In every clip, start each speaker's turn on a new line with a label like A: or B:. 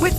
A: With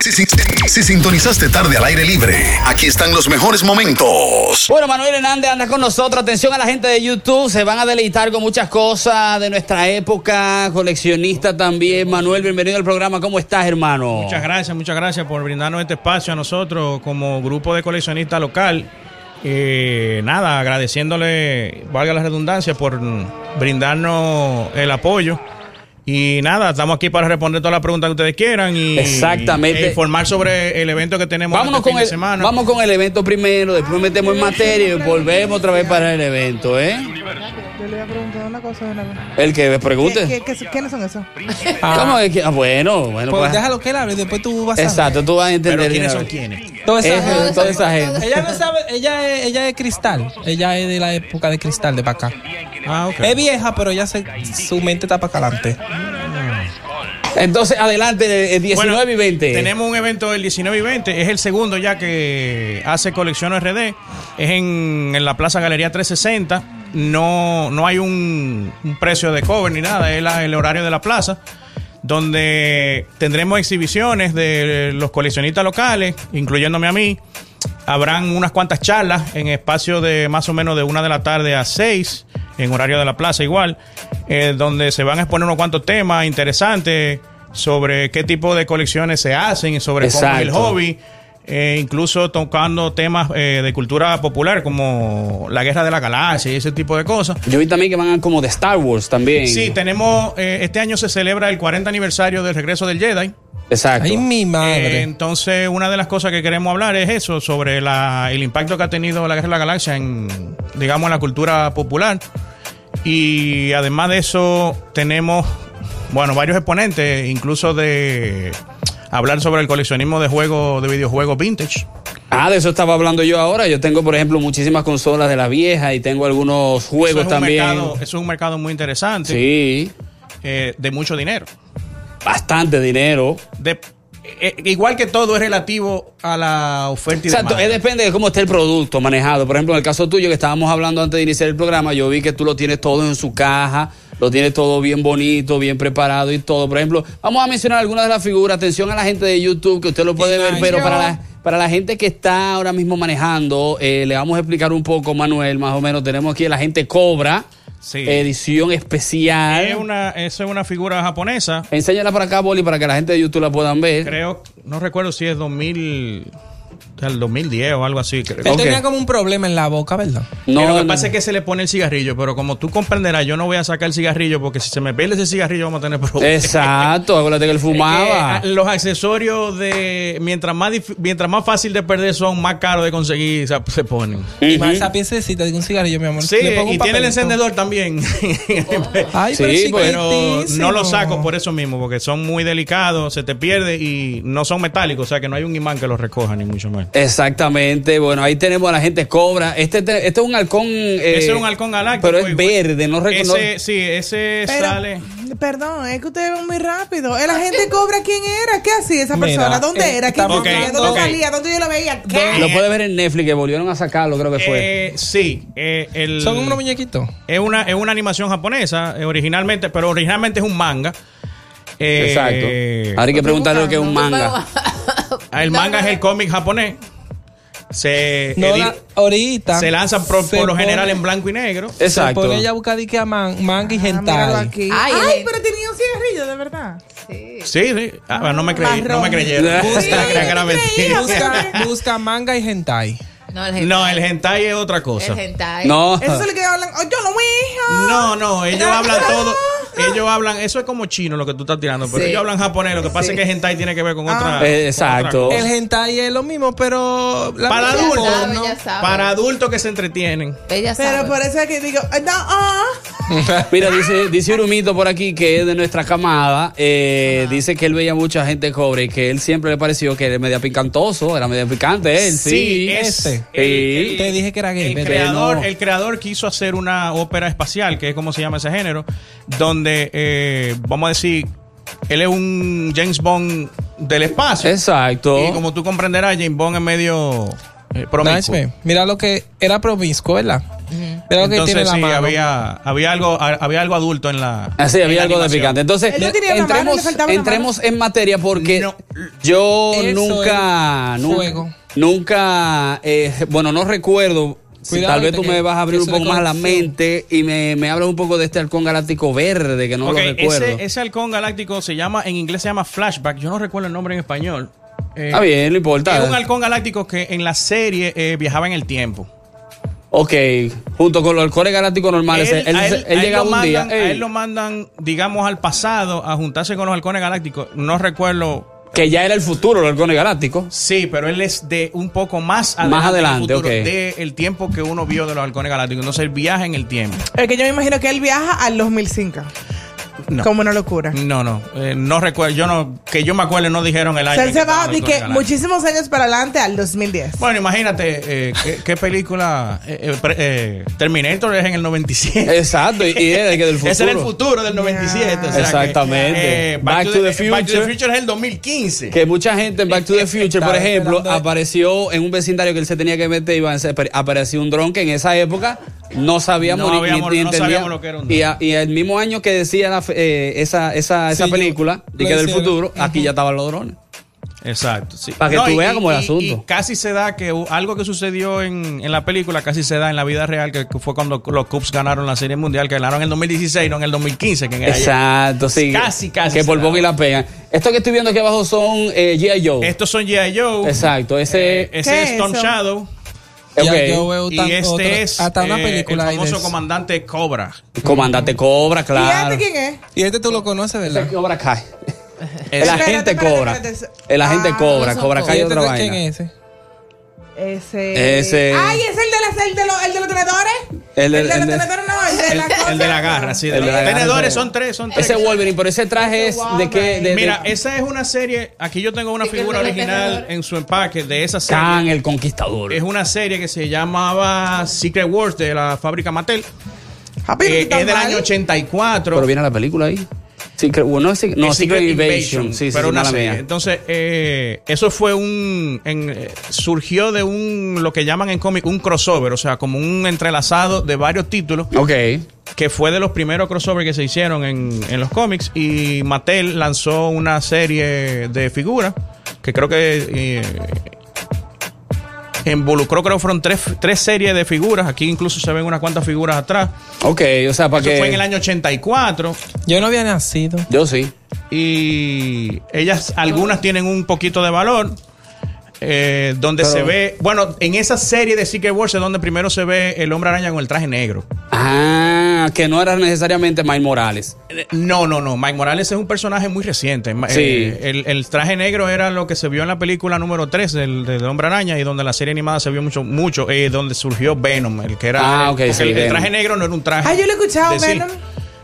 B: Si, si- si sintonizaste tarde al aire libre, aquí están los mejores momentos.
C: Bueno, Manuel Hernández anda con nosotros. Atención a la gente de YouTube. Se van a deleitar con muchas cosas de nuestra época. Coleccionista también. Manuel, bienvenido al programa. ¿Cómo estás, hermano?
D: Muchas gracias, muchas gracias por brindarnos este espacio a nosotros como grupo de coleccionistas local. Eh, nada, agradeciéndole, valga la redundancia, por brindarnos el apoyo. Y nada, estamos aquí para responder todas las preguntas que ustedes quieran y
C: Exactamente.
D: e informar sobre el evento que tenemos
C: Vámonos
D: este
C: con
D: fin de
C: el,
D: semana.
C: vamos con el evento primero, después metemos en materia y volvemos otra vez para el evento, ¿eh?
E: Yo le voy a preguntar una cosa de una vez.
C: El que me pregunte.
E: ¿Qué- qué- qué- quiénes son esos?
C: ¿Cómo es que? Ah, bueno, bueno.
E: Pues
C: déjalo que él hable, después tú vas a Exacto, tú vas a entender.
D: Pero ¿quiénes
C: mira.
D: son quiénes?
C: Toda esa,
D: Es-
C: gente, toda esa gente.
F: Ella no sabe, ella es, ella es cristal. Ella es de la época de cristal de para acá.
C: Ah,
F: Es vieja, pero ya se, su mente está para adelante.
C: Entonces, adelante, el 19 y 20.
D: Tenemos un evento del 19 y 20, es el segundo ya que hace Colección RD, es en, en la Plaza Galería 360, no, no hay un, un precio de cover ni nada, es la- el horario de la plaza, donde tendremos exhibiciones de los coleccionistas locales, incluyéndome a mí, habrán unas cuantas charlas en espacio de más o menos de una de la tarde a seis, en horario de la plaza igual, eh, donde se van a exponer unos cuantos temas interesantes sobre qué tipo de colecciones se hacen, sobre cómo es el
C: Exacto.
D: hobby. eh, incluso tocando temas eh, de cultura popular como la guerra de la galaxia y ese tipo de cosas.
C: Yo vi también que van a como de Star Wars también.
D: Sí, tenemos, eh, este año se celebra el 40 aniversario del regreso del Jedi.
C: Exacto.
F: Ay, mi madre.
D: Eh, entonces, una de las cosas que queremos hablar es eso, sobre la- el impacto que ha tenido la Guerra de la Galaxia en, digamos, en la cultura popular. Y además de eso, tenemos, bueno, varios exponentes, incluso de hablar sobre el coleccionismo de juegos, de videojuegos vintage.
C: Ah, de eso estaba hablando yo ahora. Yo tengo, por ejemplo, muchísimas consolas de la vieja y tengo algunos
D: Eso
C: juegos
D: es un
C: también.
D: mercado- eso es un mercado muy interesante,
C: Sí,
D: eh, de mucho dinero.
C: bastante dinero.
D: De- eh, igual que todo es relativo a la oferta y
C: Exacto,
D: demanda.
C: eh, depende de cómo esté el producto manejado. Por ejemplo, en el caso tuyo que estábamos hablando antes de iniciar el programa, yo vi que tú lo tienes todo en su caja, lo tienes todo bien bonito, bien preparado y todo. Por ejemplo, vamos a mencionar algunas de las figuras. Atención a la gente de YouTube que usted lo puede ver, pero para la, para la gente que está ahora mismo manejando, eh, le vamos a explicar un poco, Manuel, más o menos. Tenemos aquí a la gente Cobra,
D: Sí.
C: edición especial.
D: Es una, esa es una figura japonesa.
C: Enséñala para acá, Boli, para que la gente de YouTube la puedan ver.
D: creo, no recuerdo si es 2000, el 2010 o algo así. creo.
F: Él
D: Ok.
F: tenía como un problema en la boca, ¿verdad?
D: Y lo que
C: no.
D: pasa es que se le pone el cigarrillo, pero como tú comprenderás, yo no voy a sacar el cigarrillo porque si se me pierde ese cigarrillo vamos a tener problemas.
C: Exacto, acuérdate que él fumaba.
D: Que, ah, los accesorios de mientras más dif- mientras más fácil de perder son más caros de conseguir se, se ponen.
F: Y
C: Ujú.
F: más esa piececita de un cigarrillo, mi amor.
D: Sí,
F: Le pongo un
D: y tiene
F: papelito.
D: el encendedor también.
F: Ay, pero
C: Sí,
D: pero
F: chiquitísimo.
D: no lo saco por eso mismo, porque son muy delicados, se te pierde y no son metálicos, o sea que no hay un imán que los recoja ni mucho más.
C: Exactamente, bueno, ahí tenemos a la gente cobra. Este, te- este es un halcón. eh,
D: Ese es un halcón galáctico.
C: Pero es
D: igual.
C: verde, no reconoce.
D: Ese, sí, ese
E: Pero,
D: sale.
E: Perdón, es que ustedes van muy rápido. Eh, La gente cobra quién era, qué hacía esa
F: Mira,
E: persona, dónde
F: eh,
E: era, ¿Qué
F: estamos-
E: hacía?
D: Ok,
E: dónde
D: ok.
E: salía, dónde yo la veía, ¿Qué?
C: Lo puede ver en Netflix, que volvieron a sacarlo, creo que fue.
D: Eh, sí, eh, el-
F: Son unos muñequitos.
D: es una, es una animación japonesa, eh, originalmente, pero originalmente es un manga. Eh,
C: Exacto. Ahora hay que preguntarle lo que es un manga.
D: El manga es el cómic japonés. Se,
F: No,
D: edi-
F: la- ahorita.
D: se lanza por,
F: se
D: por lo
F: pone-
D: general en blanco y negro.
F: Se
C: Exacto.
F: pone ella a buscar dique a man- manga y
E: Ah, míralo
F: hentai.
E: aquí.
G: Ay,
E: Ay,
G: eh.
E: pero tenía un cigarrillo, de verdad.
D: Sí, sí. Ah, bueno, no me creí, no me creyeron.
F: Busca,
D: Creían que era mentira.
F: busca, busca manga y hentai.
H: No,
D: No, el hentai es otra cosa.
H: El hentai.
D: No.
E: Eso es lo que hablan. "Oh, yo no voy, hija".
D: No, no, ellos hablan todo. Ellos hablan, eso es como chino lo que tú estás tirando, pero
F: Sí.
D: ellos hablan japonés. Lo que pasa
F: Sí.
D: es que hentai tiene que ver con
F: Ah.
D: otra.
C: Eh, exacto.
D: con otra
F: El
D: cosa.
F: hentai es lo mismo, pero. la
D: Para
F: misma
D: adultos,
F: forma.
E: ¿no?
D: Para adultos que se entretienen.
E: Pero por eso es que digo, "Ah, no, ah".
C: Mira, dice, dice Urumito por aquí que es de nuestra camada. eh, Dice que él veía mucha gente cobre y que él siempre le pareció que era media picantoso, era medio picante él, sí.
D: Sí, es
C: Sí.
F: Te dije que era gay.
D: El
F: pero
D: creador,
F: no.
D: el creador quiso hacer una ópera espacial, que es como se llama ese género, donde, eh, vamos a decir, él es un James Bond del espacio.
C: Exacto.
D: Y como tú comprenderás, James Bond es medio eh, promiscuo.
F: Nice, man. Mira lo que era promiscuo, ¿verdad? Mira lo que tiene
D: Entonces
F: en la
D: sí,
F: mano.
D: había, había, algo, ha- había algo adulto en la...
C: Ah, sí,
D: en la
C: había algo de
D: animación.
C: picante. Entonces, entremos, entremos en materia porque yo
D: Oh,
F: Eso
C: nunca,
F: es
C: nunca,
F: fuego.
C: nunca, eh, bueno, no recuerdo. si
F: Cuidado,
C: tal vez
F: que
C: tú
F: te-
C: me vas a abrir
F: que
C: un
F: eso
C: poco
F: de
C: más la
F: corrupción.
C: mente y me, me hablas un poco de este halcón galáctico verde que no
D: Ok,
C: lo recuerdo.
D: Ese, ese halcón galáctico se llama, en inglés se llama Flashback. Yo no recuerdo el nombre en español. Eh,
C: Está Ah, bien, no importa.
D: Es un halcón galáctico que en la serie eh, viajaba en el tiempo.
C: Ok, junto con los halcones galácticos normales. Ah, Él,
D: a
C: él-
D: a
C: él
D: lo
C: llegaba un día.
D: mandan- A
C: ey,
D: él lo mandan, digamos, al pasado a juntarse con los halcones galácticos. No recuerdo.
C: Que ya era el futuro, los halcones galácticos.
D: Sí, pero él es de un poco más adelante.
C: Más adelante,
D: del futuro,
C: ok.
D: de el tiempo que uno vio de los halcones galácticos. Entonces él viaja en el tiempo.
E: Es que yo me imagino que él viaja al 2005.
D: No.
E: Como una locura.
D: No, no. eh, no recuerdo. Yo no. Que yo me acuerde, no dijeron el
E: O
D: año.
E: sea,
D: en
E: él
D: que
E: se va
D: estaban los
E: de
D: halcones
E: que
D: galácticos.
E: muchísimos años para adelante al 2010.
D: Bueno, imagínate eh, qué, qué película. eh, eh, pre- eh, Terminator es en el 97.
C: Exacto, y- y es de que del
D: Ese era el
C: futuro.
D: futuro del 97. o sea que,
C: Exactamente.
D: eh, Back, to the, Future. Back to the Future es el 2015.
C: Que mucha gente en Back to the Future, por
D: Estaba
C: ejemplo,
D: esperando-
C: apareció en un vecindario que él se tenía que meter y iba a ser- apareció un dron que en esa época no sabíamos
D: No
C: ni-
D: habíamos-
C: ni, ni
D: no
C: entendíamos.
D: sabíamos lo que era un
C: y, a- y el mismo año que decía la fe- eh, esa, esa, esa
D: Sí, yo-
C: película,
D: lo
C: y que del
D: hicieron.
C: futuro, aquí ya estaban los drones.
D: Exacto, sí.
C: Para que
D: No,
C: tú
D: y-
C: veas
D: y-
C: como el
D: y-
C: asunto.
D: y casi se da que u- algo que sucedió en, en la película casi se da en la vida real, que que fue cuando los Cubs ganaron la Serie Mundial, que ganaron en el 2016, no en el 2015. Que en el ayer.
C: Exacto, sí.
D: Casi, casi.
C: Que por
D: se
C: poco
D: da.
C: y la pegan. Esto que estoy viendo aquí abajo son eh, G.I. Joe.
D: Estos son G.I. Joe.
C: Exacto, ese.
D: Ese es Storm Shadow. eh,
C: Ok.
D: Y este es
F: hasta una
D: eh,
F: película
D: el
F: hay de
D: famoso
F: eso.
D: comandante Cobra.
C: Comandante Cobra, claro.
E: quién es?
F: Y este tú lo conoces, ¿verdad?
C: Cobra Kai. El agente Cobra. El agente Cobra. Cobra Kai
F: ¿Y
C: es
F: este
C: otra
F: tú- ¿Quién
C: vaina.
F: es ese?
E: Ese.
C: Ese-
E: Ay, es el de, las, el de, los- el de los tenedores.
C: El,
E: El de los
C: el-
E: tenedores, no, el de la cosa.
D: El de la garra, sí. de
C: El de
D: la-
C: la garra.
D: Tenedores son tres, son tres.
C: Ese Wolverine, pero ese traje es de que. de-
D: Mira,
C: de-
D: esa es una serie. Aquí yo tengo una
C: Sí, que
D: figura
C: no lo
D: original
C: tenedor.
D: en su empaque de esa serie.
C: Khan el Conquistador.
D: Es una serie que se llamaba Secret Wars de la fábrica Mattel.
C: Ah,
D: Eh, es del año 84.
C: Pero viene la película ahí. Secret, bueno, no, es Secret- no,
D: Es
C: Secret, Invasion. Sí, sí,
D: pero
C: sí,
D: una
C: mala
D: serie.
C: mía.
D: Entonces, eh, eso fue un. en, eh, surgió de un. Lo que llaman en cómic un crossover, o sea, como un entrelazado de varios títulos.
C: Ok.
D: Que fue de los primeros crossover que se hicieron en, en los cómics. Y Mattel lanzó una serie de figuras que creo que. eh, involucró, creo que fueron tres, tres series de figuras. Aquí incluso se ven unas cuantas figuras atrás.
C: Ok, o sea, para
D: Eso
C: que.
D: fue en el año 84.
F: Yo no había nacido.
D: Ah,
C: Yo sí.
D: Y ellas, algunas tienen un poquito de valor. eh, donde
C: Pero-
D: se ve, bueno, en esa serie de Secret Wars es donde primero se ve el hombre araña con el traje negro.
C: Ah, que no era necesariamente Miles Morales.
D: Eh, No, no, no. Mike Morales es un personaje muy reciente. Ma-
C: Sí.
D: eh, el, el traje negro era lo que se vio en la película número 3 del, del Hombre Araña y donde la serie animada se vio mucho, mucho, eh, donde surgió Venom, el que era.
C: Ah, ok,
D: porque
C: sí,
D: el, el
C: Venom.
D: traje negro no era un traje.
E: Ay, Ah, yo lo he escuchado,
D: de sí.
E: Venom.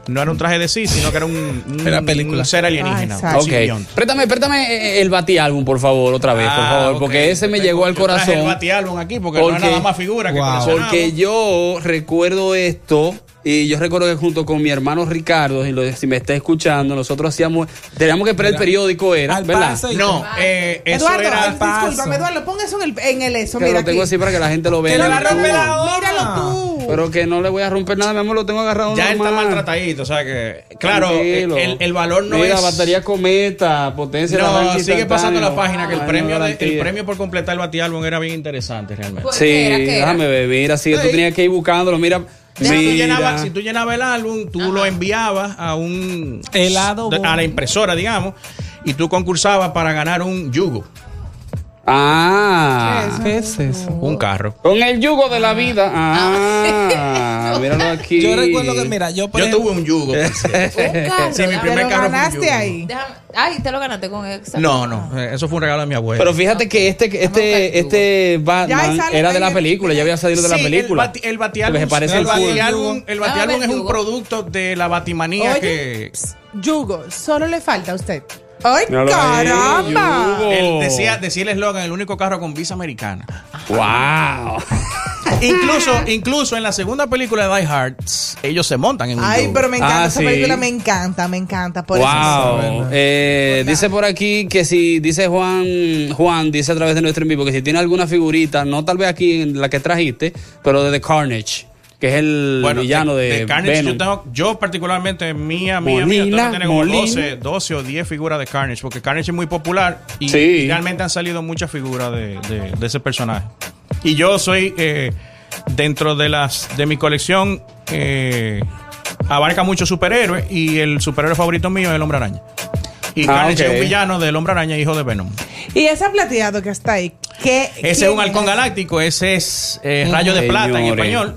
D: No era un traje de sí, sino que era un, un-
C: Era película.
D: un ser alienígena.
C: Ah,
D: un
C: ok.
D: simbionte.
C: Préstame, préstame eh, el Bati álbum, por favor, otra vez, por
D: Ah,
C: favor,
D: ok.
C: porque ese me llegó al
D: Yo traje
C: corazón.
D: el batiálbum aquí porque, no es nada más figura que
C: Wow.
D: coleccionamos.
C: Porque yo recuerdo esto y yo recuerdo que junto con mi hermano Ricardo, y lo- si me está escuchando, nosotros hacíamos, teníamos que esperar el periódico, era, ¿verdad?
D: No, eh, eso
E: Eduardo,
D: era.
E: ay, discúlpame, Eduardo, pon eso en el, en el eso.
C: Que
E: mira
C: lo tengo
E: aquí.
C: así para que la gente lo vea.
E: le
C: en
E: va a
C: YouTube.
E: romper la hoja. Míralo tú.
C: Pero que no le voy a romper nada, mi amor, lo tengo agarrado
D: Ya él está
C: normal.
D: maltratadito, o sea que. Claro,
C: Tranquilo.
D: el, el valor no
C: Mira,
D: es.
C: batería cometa, potencia de
D: No,
C: arranque
D: sigue pasando la
C: instantáneo.
D: página que el
C: Ay,
D: premio,
C: no,
D: de- el
C: garantía.
D: premio por
C: Pues,
D: completar el batiálbum era bien interesante realmente.
C: Sí, déjame ver, mira, sí, tú tenías que ir buscándolo, mira.
D: Si tú,
F: Mira.
D: llenabas, si tú llenabas el álbum, tú lo enviabas a un
F: Helado,
D: a la impresora, digamos, y tú concursabas para ganar un yugo.
C: Ah.
F: ¿Qué es eso?
D: Un carro.
C: Con el yugo de la vida. Ah, míralo aquí.
F: Yo recuerdo que, mira, yo, por
D: Yo
F: ejemplo-
D: tuve un yugo. por cierto. Sí, mi primer carro fue un yugo.
H: ahí. Ay, te lo ganaste con él.
D: No, no, eh, eso fue un regalo de mi abuela.
C: Pero fíjate que este, este, este Batman
D: Ya, ahí sale
C: era de la
D: el-
C: película, ya había salido de la
D: Sí,
C: película.
D: El, bati,
C: Porque
D: el batiálbum,
C: se parece
D: el
C: al full.
D: batiálbum, el batiálbum
E: Dame
D: es un
E: yugo.
D: producto de la batimanía
E: Oye,
D: que.
E: Yugo, solo le falta a usted. ¡Ay,
D: Míralo ahí,
E: caramba!
D: yugo. Él decía, decía el eslogan, el único carro con visa americana.
C: ¡Wow!
D: incluso, incluso en la segunda película de Die Hard, ellos se montan en un
E: Ay,
D: yugo.
E: pero me encanta esa película, me encanta, me encanta. Por
C: wow.
E: eso.
C: Eh, dice por aquí que si, dice Juan, Juan, dice a través de nuestro en vivo que si tiene alguna figurita, no tal vez aquí en la que trajiste, pero de The Carnage, que es el villano de,
D: Carnage,
C: Venom.
D: yo, tengo- yo particularmente, mía, mía, mía, tengo
C: Molina,
D: que tener como
C: Molina.
D: 12, 12 o 10 figuras de Carnage, porque Carnage es muy popular y,
C: Sí.
D: y realmente han salido muchas figuras de, de- de ese personaje. Y yo soy, eh, dentro de las de mi colección, eh, abarca muchos superhéroes y el superhéroe favorito mío es el Hombre Araña. Y
E: Ah,
D: Carnage
E: ok.
D: es un villano del Hombre Araña, hijo de Venom.
E: Y ese plateado que está ahí, ¿qué?
D: Ese es un halcón galáctico, ese es eh, rayo de plata en
F: Señores.
D: español.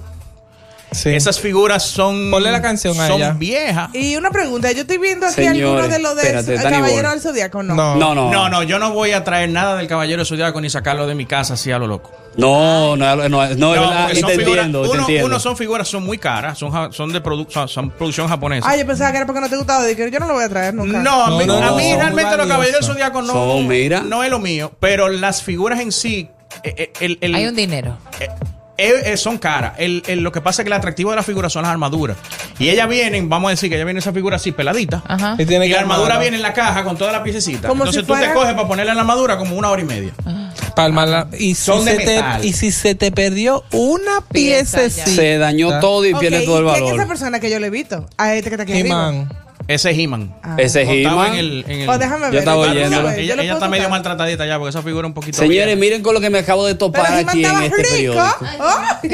D: Esas figuras son. Ponle la canción
F: a
D: son
F: ella.
D: viejas.
E: Y una pregunta, yo estoy viendo aquí
D: Señores,
E: algunos de los de
D: espérate,
E: el
D: Danny
E: Caballero
D: Boy.
E: del Zodíaco, no.
D: no,
C: Ah.
D: no. yo no voy a traer nada del Caballero Zodíaco ni sacarlo de mi casa así a lo loco.
C: No, no, no, no, es verdad,
D: porque pues son
C: te
D: figuras-
C: entiendo, te
D: uno,
C: entiendo.
D: uno son figuras, son muy caras, son, ja- son de produ- son, son producción japonesa.
E: Ay, yo pensaba que era porque no te gustaba, dije, yo no lo voy a traer nunca.
D: No, a mí, a mí realmente los caballeros del
E: son
D: Zodíaco no,
C: Son, mira.
D: no es lo mío, pero las figuras en sí. eh, eh, el- el-
H: Hay un dinero.
D: eh, eh, eh, son caras. El- el- lo que pasa es que el atractivo de las figuras son las armaduras. Y ellas vienen, vamos a decir que ella viene esa figura así peladita.
F: Y
D: Y,
F: tiene que
D: la armadura
F: armarla.
D: viene en la caja con todas las piececitas.
F: Como
D: Entonces
F: si
D: tú
F: fuera-
D: te coges para ponerle la armadura como una hora y media.
F: Palmarla. Y si,
D: Son de
F: se te,
D: metal.
F: y si se te perdió una piececita.
C: Se dañó todo y pierde todo el
E: ¿Quién es esa
C: valor.
E: persona que yo le he visto? A este que está aquí arriba.
D: Ese es He-Man.
C: Ese es
D: Montado
C: He-Man.
D: en el- en el-
E: Oh, déjame ver,
C: Yo estaba
D: Claro,
C: oyéndolo.
D: Ella, ella está medio maltratadita ya porque esa figura es un poquito.
C: Señores, miren con lo que me acabo de topar aquí en este
D: rico.
C: periódico.
E: Ay,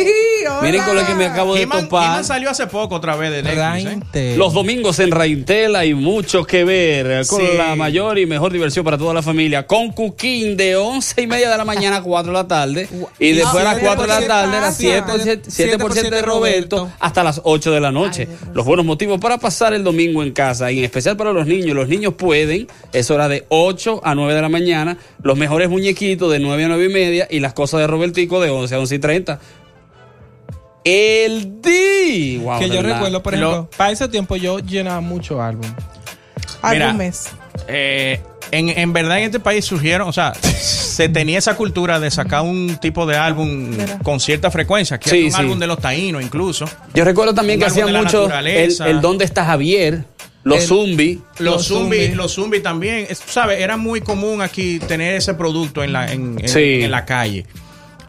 C: Miren con lo que me acabo de
D: He-Man-
C: topar.
D: He-Man salió hace poco otra vez de Netflix. ¿eh?
F: este,
C: Los domingos en Raintela hay mucho que ver eh, con
D: Sí.
C: la mayor y mejor diversión para toda la familia. Con Cuquín de 11 y media de la mañana a 4 de la tarde. Y
F: Y
C: después a las
F: 7%
C: 4 de la tarde, a las
F: pasa.
C: 7%, 7% de
F: de
C: Roberto hasta las 8 de la noche. los buenos motivos para pasar el domingo en casa y en especial para los niños. Los niños pueden, es hora de 8 a 9 de la mañana. Los mejores muñequitos de 9 a 9 y media y las cosas de Robertico de 11 a 11 y 30. El D. Wow,
F: que
C: de
F: yo
C: verdad.
F: recuerdo, por
C: Lo-
F: ejemplo, para ese tiempo yo llenaba mucho álbum.
D: Mira, eh, en, en verdad en este país surgieron, o sea, se tenía esa cultura de sacar un tipo de álbum con cierta frecuencia, que
C: Sí,
D: era un
C: sí.
D: álbum de los taínos incluso.
C: Yo recuerdo también
D: Un
C: que
D: álbum
C: hacían
D: de la
C: mucho el,
D: naturaleza.
C: el dónde está Javier, los
D: El-
C: zumbi.
D: Los zombies, los zombies también, es- tú sabes, era muy común aquí tener ese producto en la, en, en-
C: Sí.
D: en la calle.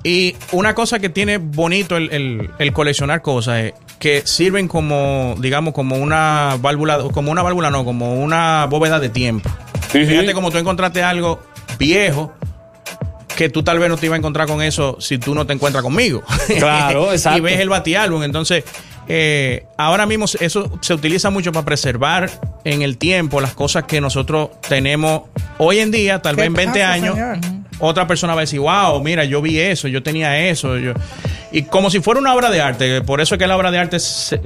D: Y una cosa que tiene bonito el, el- el coleccionar cosas es que sirven como, digamos, como una válvula, como una válvula no, como una bóveda de tiempo. Fíjate como tú encontraste algo viejo que tú tal vez no te ibas a encontrar con eso si tú no te encuentras conmigo.
C: Claro, exacto.
D: y ves el batiálbum. Entonces, eh, ahora mismo eso se utiliza mucho para preservar en el tiempo las cosas que nosotros tenemos hoy en día, tal vez en 20 años. Otra persona va a decir, wow, mira, yo vi eso, yo tenía eso. yo-". Y como si fuera una obra de arte. Por eso es que la obra de arte se-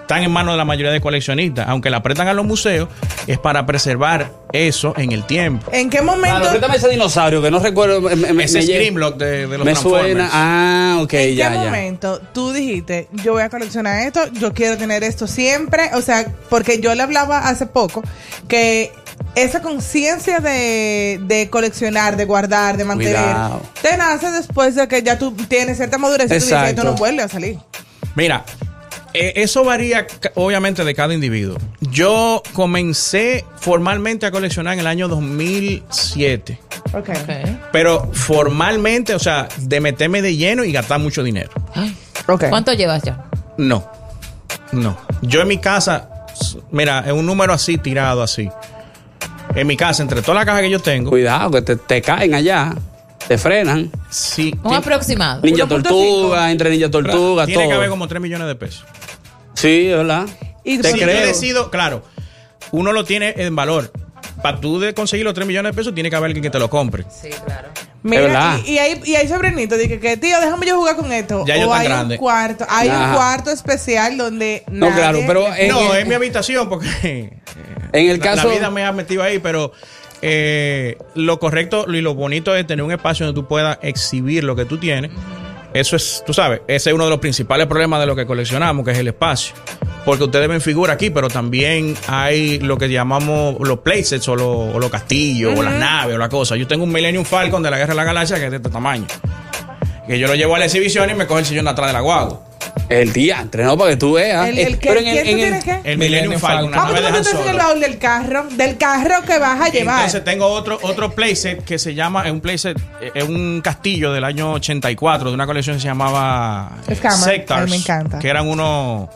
D: está en manos de la mayoría de coleccionistas. Aunque la prestan a los museos, es para preservar eso en el tiempo.
E: ¿En qué momento?
C: Claro, préstame ese dinosaurio que no recuerdo. Me, me- me-
D: Ese
C: me-
D: Screamlock de, de los
C: me
D: Transformers.
C: suena. Ah, ok,
E: ¿En
C: ya,
E: qué
C: ya.
E: momento tú dijiste, yo voy a coleccionar esto, yo quiero tener esto siempre? O sea, porque yo le hablaba hace poco que esa conciencia de, de coleccionar, de guardar, de mantener,
D: Cuidado.
E: te nace después de que ya tú tienes cierta madurez y tú dices,
D: Exacto.
E: esto no vuelve a salir.
D: Mira, eh, eso varía ca- obviamente de cada individuo. Yo comencé formalmente a coleccionar en el año 2007.
E: Ok.
D: Pero formalmente, o sea, de meterme de lleno y gastar mucho dinero.
H: ¿Cuánto llevas ya?
D: No. No. Yo en mi casa, s- mira, es un número así tirado así. En mi casa, entre todas las cajas que yo tengo.
C: Cuidado, que te, caen allá. Te frenan.
D: Sí.
H: Un aproximado.
C: Ninja
H: 1.5.
C: Tortuga, entre Ninja Tortuga,
D: Tiene que haber
C: todo.
D: como 3 millones de pesos.
C: Sí, es verdad.
D: Y
C: Te
D: si yo
C: creo.
D: decido, claro, uno lo tiene en valor. Para tú de conseguir los 3 millones de pesos, tiene que haber alguien que te lo compre. Sí,
H: claro.
D: es verdad.
E: Mira, y, y hay, y hay sobrinito, dije que tío, déjame yo jugar con esto.
D: Ya yo
E: o
D: tan
E: hay
D: grande.
E: un cuarto, hay
D: Ajá.
E: un cuarto especial donde
D: No,
E: nadie-
D: claro, pero en-
C: Eh,
D: No, en mi
E: habitación
D: porque
C: En el
D: La-
C: caso.
D: La vida me ha metido ahí, pero eh, lo correcto y lo bonito es tener un espacio donde tú puedas exhibir lo que tú tienes. Eso es, tú sabes, ese es uno de los principales problemas de lo que coleccionamos, que es el espacio. Porque ustedes ven figura aquí, pero también hay lo que llamamos los playsets o, lo- o los castillos o las naves o la cosa. Yo tengo un Millennium Falcon de la Guerra de la Galaxia que es de este tamaño. Que yo lo llevo a la exhibición y me coge el sillón atrás de la guagua.
C: El día, entrenado para que tú veas.
E: El, el, que-
C: Pero en el-
E: ¿quién tú
C: en el-
E: tienes qué?
D: El Millennium Falcon, una
E: Vamos
D: nave
E: a
D: de Han
E: meterse en el
D: Solo.
E: baúl del carro, del carro que vas a llevar.
D: Entonces tengo otro, otro playset que se llama, es un playset, eh, es un castillo del año 84, de una colección que se llamaba eh,
E: Es cama,
D: Sectars,
E: ay, me encanta.
D: que eran unos,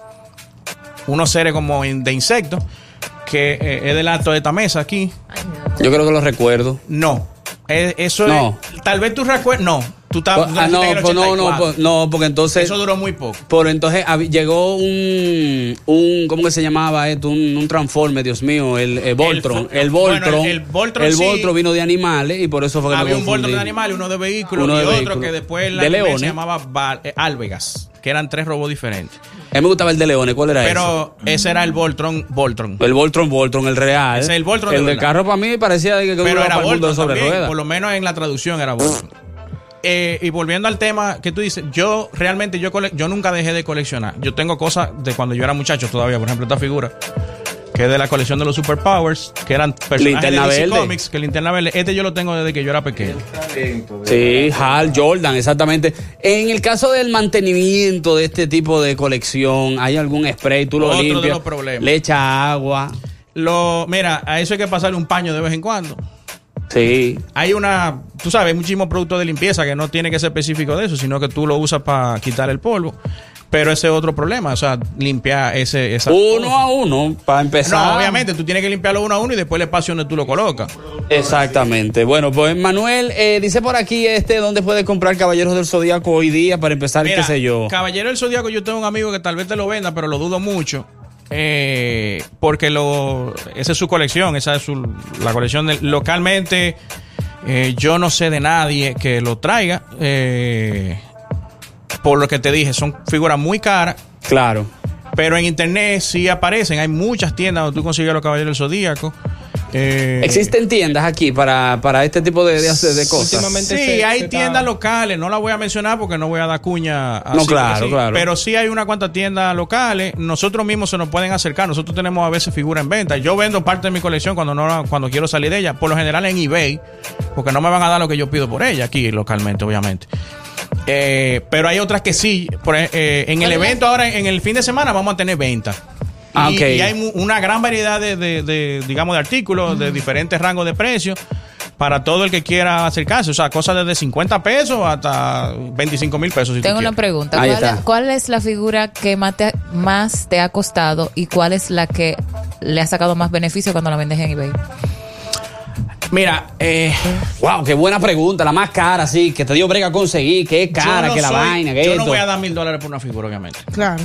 D: unos seres como in- de insectos, que eh, es delato de esta mesa aquí.
C: Yo creo que lo recuerdo.
D: No. Eh, eso
C: No.
D: es, tal vez tú recuerdas, no, tú estabas
C: Pues, ah, no,
D: naciste en el
C: pues, no,
D: 84.
C: no, pues, no, porque entonces. Eso
D: duró muy poco.
C: Por entonces hab- llegó un, un. ¿Cómo que se llamaba esto? Un, un transforme, Dios mío. El, eh, Voltron.
D: fu-
C: El,
D: bueno,
C: Voltron.
D: el- el Voltron
C: El
D: sí.
C: Voltron vino de animales y por eso fue que
D: Había
C: me
D: un Voltron
C: confundí.
D: de animales, uno de vehículos
C: Uno de
D: y
C: vehículos.
D: otro que después la
C: De
D: animé
C: leones.
D: se llamaba Val- eh, Alvegas, que eran tres robos diferentes.
C: A mí me gustaba el de Leones. ¿Cuál era
D: Pero ese era el Voltron, Voltron.
C: ese? El Voltron, Voltron, el real.
D: Ese es el Voltron de
C: El del
D: verdad.
C: carro para mí parecía que que
D: Pero
C: iba para
D: era
C: el mundo
D: Voltron
C: sobre
D: también,
C: ruedas.
D: por lo menos en la traducción era Voltron. Eh, y volviendo al tema que tú dices, yo realmente yo, cole- yo nunca dejé de coleccionar. Yo tengo cosas de cuando yo era muchacho todavía, por ejemplo, esta figura que es de la colección de los Superpowers, que eran personajes
C: Linterna
D: de DC
C: Verde.
D: Comics, que Linterna Verde, este yo lo tengo desde que yo era pequeño.
C: Sí, Hal Jordan, exactamente. En el caso del mantenimiento de este tipo de colección, ¿hay algún spray? ¿Tú lo
D: Otro de
C: limpias?
D: los problemas.
C: ¿Le echa agua?
D: Lo, mira, a eso hay que pasarle un paño de vez en cuando.
C: Sí.
D: Hay una, tú sabes, hay muchísimos productos de limpieza que no tiene que ser específico de eso, sino que tú lo usas para quitar el polvo. Pero ese es otro problema, o sea, limpiar ese, esa.
C: Uno a uno, para empezar.
D: No, obviamente, tú tienes que limpiarlo uno a uno y después el espacio donde tú lo colocas.
C: Exactamente. Bueno, pues Manuel, eh, dice por aquí este, ¿dónde puede comprar Caballeros del Zodíaco hoy día para empezar,
D: Mira,
C: qué sé yo?
D: Caballero del Zodíaco, yo tengo un amigo que tal vez te lo venda, pero lo dudo mucho. eh, porque lo, esa es su colección, esa es su- la colección del- localmente. eh, yo no sé de nadie que lo traiga. eh, por lo que te dije, son figuras muy caras.
C: Claro.
D: Pero en internet sí aparecen. Hay muchas tiendas donde tú consigues los caballeros del zodíaco. Eh,
C: ¿Existen tiendas aquí para, para este tipo de, de- de cosas?
D: Sí, hay tiendas locales, no las voy a mencionar porque no voy a dar cuña. así
C: No,
D: porque
C: claro,
D: sí.
C: claro.
D: Pero sí hay una cuanta tiendas locales, nosotros mismos se nos pueden acercar, nosotros tenemos a veces figuras en venta. Yo vendo parte de mi colección cuando no la- cuando quiero salir de ella, por lo general en eBay, porque no me van a dar lo que yo pido por ella aquí localmente, obviamente. Eh, pero hay otras que sí, por ej- eh, en el evento ahora, en el fin de semana vamos a tener ventas.
C: Ah,
D: y,
C: ok.
D: y hay mu- una gran variedad de, de- de, digamos, de artículos de diferentes rangos de precios para todo el que quiera acercarse. O sea, cosas desde 50 pesos hasta 25 mil pesos. si tú
H: Tengo una
D: quieres.
H: pregunta.
D: Ahí
H: ¿Cuál,
D: está.
H: cuál es la figura que más te, más te ha costado y cuál es la que le ha sacado más beneficio cuando la vendes en eBay?
D: Mira, eh,
C: wow, qué buena pregunta, la más cara, sí, que te dio brega conseguir, que es cara,
D: Yo no
C: que la
D: soy-
C: vaina, que
D: Yo
C: esto.
D: no voy a dar mil dólares por una figura, obviamente.
E: Claro.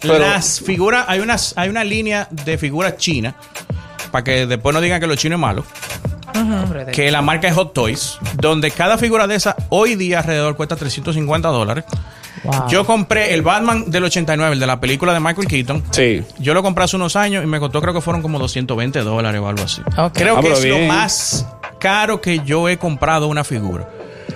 C: Pero-
D: las figuras, hay unas, hay una línea de figuras chinas, para que después no digan que los chinos es malo, que la marca es Hot Toys, donde cada figura de esa hoy día alrededor cuesta 350 dólares. Yo compré el Batman del 89, el de la película de Michael Keaton.
C: Sí.
D: Yo lo compré hace unos años y me costó, creo que fueron como 220 dólares o algo así. Creo
C: Ah,
D: que
C: pero
D: es
C: bien.
D: lo más caro que yo he comprado una figura.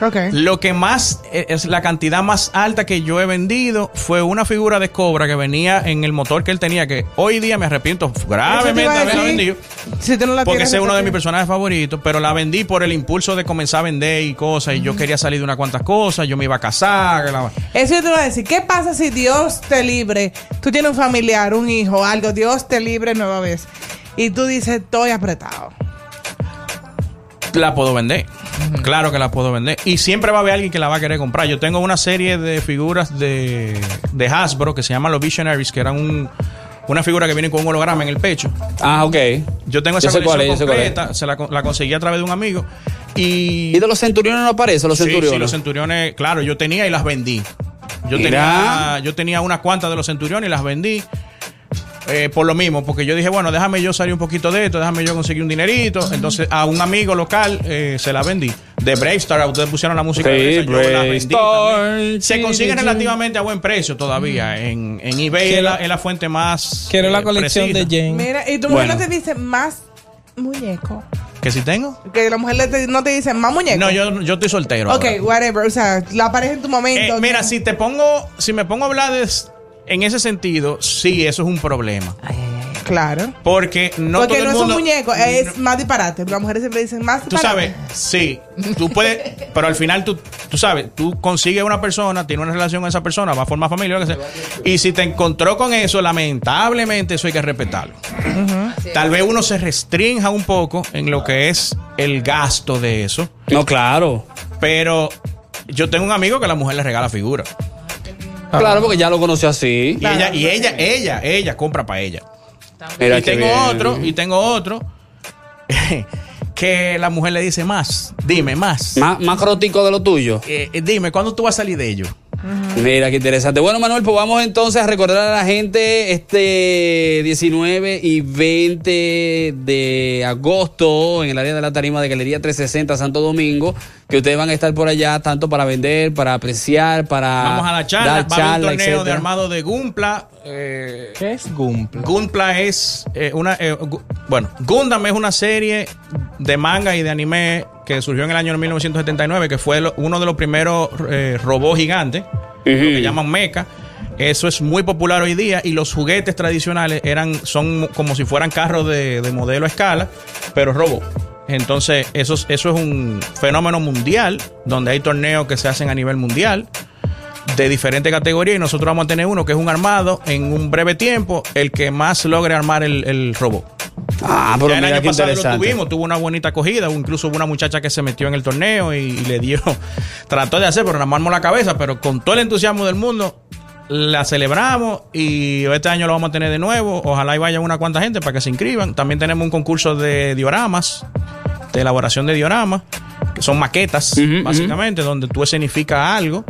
E: Ok.
D: Lo que más eh, es la cantidad más alta que yo he vendido fue una figura de cobra que venía en el motor que él tenía, que hoy día me arrepiento gravemente de haberla vendido.
E: Si tú no la
D: Porque
E: tienes,
D: ese es
E: no
D: uno
E: te-
D: de mis personajes favoritos, pero la vendí por el impulso de comenzar a vender y cosas. Y yo quería salir de unas cuantas cosas, yo me iba a casar. que la-
E: Eso yo te lo voy a decir. ¿Qué pasa si Dios te libre? Tú tienes un familiar, un hijo, algo. Dios te libre nueva vez. Y tú dices, estoy apretado.
D: La puedo vender. Claro que la puedo vender. Y siempre va a haber alguien que la va a querer comprar. Yo tengo una serie de figuras de, de Hasbro que se llaman los Visionaries, que eran un, una figura que viene con un holograma en el pecho.
C: Ah, ok.
D: Yo tengo esa
C: Yo sé cuál
D: colección
C: es, yo sé cuál es.
D: completa, se la, con- la conseguí a través de un amigo. Y,
C: de los centuriones no aparece? Los
D: Sí,
C: centuriones.
D: Sí, los centuriones, claro, yo tenía y las vendí. Yo
C: Mira.
D: tenía, yo tenía unas cuantas de los centuriones y las vendí. eh, por lo mismo, porque yo dije, bueno, déjame yo salir un poquito de esto, déjame yo conseguir un dinerito. Entonces, a un amigo local eh, se la vendí. De Brave Star, ustedes pusieron la música de esa, yo la vendí también. Se consigue relativamente a buen precio todavía. En, en eBay
F: Que
D: es la,
F: la-
D: es la fuente más.
F: Quiero
D: eh,
F: la colección
D: precisa.
F: de Jane.
E: Mira, y tu mujer
D: Bueno.
E: no te dice más muñeco.
D: ¿Que si tengo?
E: Que la mujer le te- no te dice más muñeco.
D: No, yo, yo estoy soltero.
E: Ok,
D: ahora.
E: whatever. O sea, la aparece en tu momento.
D: Eh, mira, si te pongo, si me pongo a hablar de s- en ese sentido, sí, eso es un problema.
E: Claro.
D: Porque no
E: Porque
D: todo
E: no es
D: el
E: un
D: mundo.
E: muñeco, es más disparate. Las mujeres siempre dicen más
D: Tú
E: disparate.
D: sabes, sí, tú puedes, pero al final tú, tú sabes, tú consigues una persona, tienes una relación con esa persona, va a formar familia, lo que sea, y si te encontró con eso, lamentablemente eso hay que respetarlo. Tal vez uno se restrinja un poco en lo que es el gasto de eso.
C: No, claro.
D: Pero yo tengo un amigo que la mujer le regala figura.
F: Ah.
C: Claro, porque ya lo conoció así.
D: Y ella, y ella, ella, ella compra para ella.
C: Mira
D: y
C: qué
D: tengo
C: bien.
D: otro, y tengo otro que la mujer le dice más, dime más.
C: Más, más crótico de lo tuyo.
D: Eh, eh, dime, ¿cuándo tú vas a salir de ello?
C: Mira, qué interesante. Bueno, Manuel, pues vamos entonces a recordar a la gente este 19 y 20 de agosto en el área de la tarima de Galería 360 Santo Domingo, que ustedes van a estar por allá tanto para vender, para apreciar, para
D: Vamos a la charla,
C: dar
D: va a haber un torneo de
C: Ah, etcétera.
D: armado de Gumpla. eh, ¿Qué es Gumpla? Gumpla es eh, una. eh, gu- bueno, Gundam es una serie de manga y de anime que surgió en el año 1979, que fue lo- uno de los primeros eh, robots gigantes, lo que llaman mecha. Eso es muy popular hoy día y los juguetes tradicionales eran son como si fueran carros de, de modelo a escala, pero robot. Entonces, eso, es- eso es un fenómeno mundial, donde hay torneos que se hacen a nivel mundial de diferentes categorías y nosotros vamos a tener uno que es un armado en un breve tiempo, el que más logre armar el, el robot.
C: Ah, pero
D: Ya el
C: mira
D: año
C: qué
D: pasado lo
C: interesante.
D: tuvimos, tuvo una bonita acogida, hubo incluso hubo una muchacha que se metió en el torneo y, y le dio, trató de hacer, pero armamos la cabeza, pero con todo el entusiasmo del mundo la celebramos y este año lo vamos a tener de nuevo, ojalá y vaya una cuanta gente para que se inscriban. También tenemos un concurso de dioramas, de elaboración de dioramas, que son maquetas, básicamente, donde tú escenificas algo.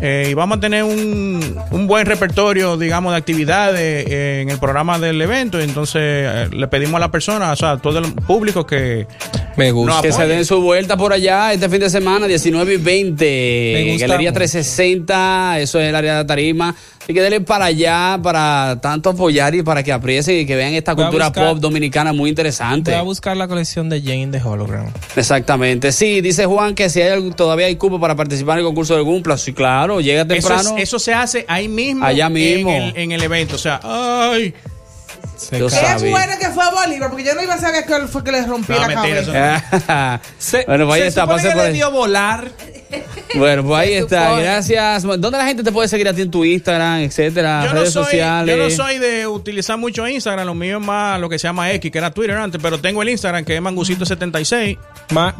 D: Eh, y vamos a tener un, un buen repertorio, digamos, de actividades eh, en el programa del evento. Entonces, eh, le pedimos a la persona, o sea, a todo el público que.
F: Me gusta.
D: nos
C: Pues que se
D: apoye.
C: den su vuelta por allá este fin de semana, 19 y 20.
F: gusta
C: Galería
F: mucho.
C: 360, eso es el área de la tarima. Así que denle para allá, para tanto apoyar y para que aprecien y que vean esta
F: Voy a
C: cultura
F: buscar-
C: pop dominicana muy interesante.
F: Voy a buscar la colección de Jane de Hologram.
C: Exactamente. Sí, dice Juan que si hay, algo- todavía hay cupo para participar en el concurso de Gumpla. Sí, claro, llega
D: Eso, es-
C: temprano.
D: eso se hace ahí mismo.
C: Allá mismo.
D: En el, en el evento. O sea, ¡ay!
C: Yo
E: Es
C: sabía.
E: bueno que fue Bolívar, porque yo no iba a saber que fue que les rompí
D: No,
E: la
D: mentira,
E: cabeza.
D: eso no.
C: bueno, pues ahí
F: se
C: está,
F: supone
C: pase
F: que
C: por
F: le
C: ahí.
F: dio volar.
C: Bueno, pues ahí está.
F: supone.
C: Gracias. ¿Dónde la gente te puede seguir a ti en tu Instagram, etcétera,
D: Yo no,
C: redes
D: soy,
C: sociales?
D: yo no soy de utilizar mucho Instagram, lo mío es más lo que se llama X, que era Twitter antes, pero tengo el Instagram que es Mangucito76.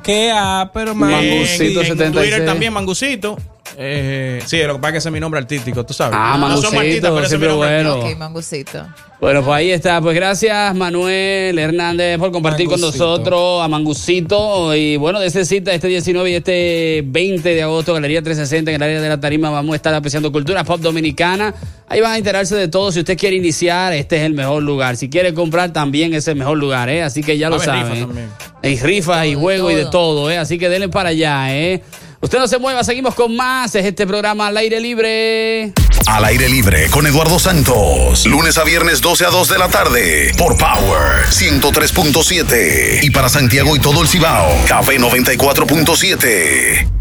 F: que ah, pero
C: Mm.
F: más.
C: Mangucito
D: En- en
C: 76.
D: Twitter también, Mangucito. Eh, sí, lo que pasa es que ese es mi nombre artístico, tú sabes.
C: Ah,
D: son
C: Mangucito,
D: artistas, pero ese es mi
C: siempre
D: nombre
C: bueno.
D: artístico.
C: Ok,
H: mangucito.
C: Bueno, pues ahí está. Pues gracias, Manuel Hernández, por compartir
F: Mangucito.
C: con nosotros a Mangucito. Y bueno, de esa cita este 19 y este 20 de agosto, Galería 360, en el área de la tarima, vamos a estar apreciando cultura pop dominicana. Ahí van a enterarse de todo. Si usted quiere iniciar, este es el mejor lugar. Si quiere comprar, también es el mejor lugar, ¿eh? Así que ya
D: Va
C: lo
D: a haber rifas
C: saben.
D: también.
C: Y rifas y juegos y de
H: todo.
C: todo, ¿eh? Así que denle para allá, ¿eh? Usted no se mueva, seguimos con más. Es este programa al aire libre.
B: Al aire libre con Eduardo Santos. Lunes a viernes 12 a 2 de la tarde por Power 103.7. Y para Santiago y todo el Cibao, Café 94.7.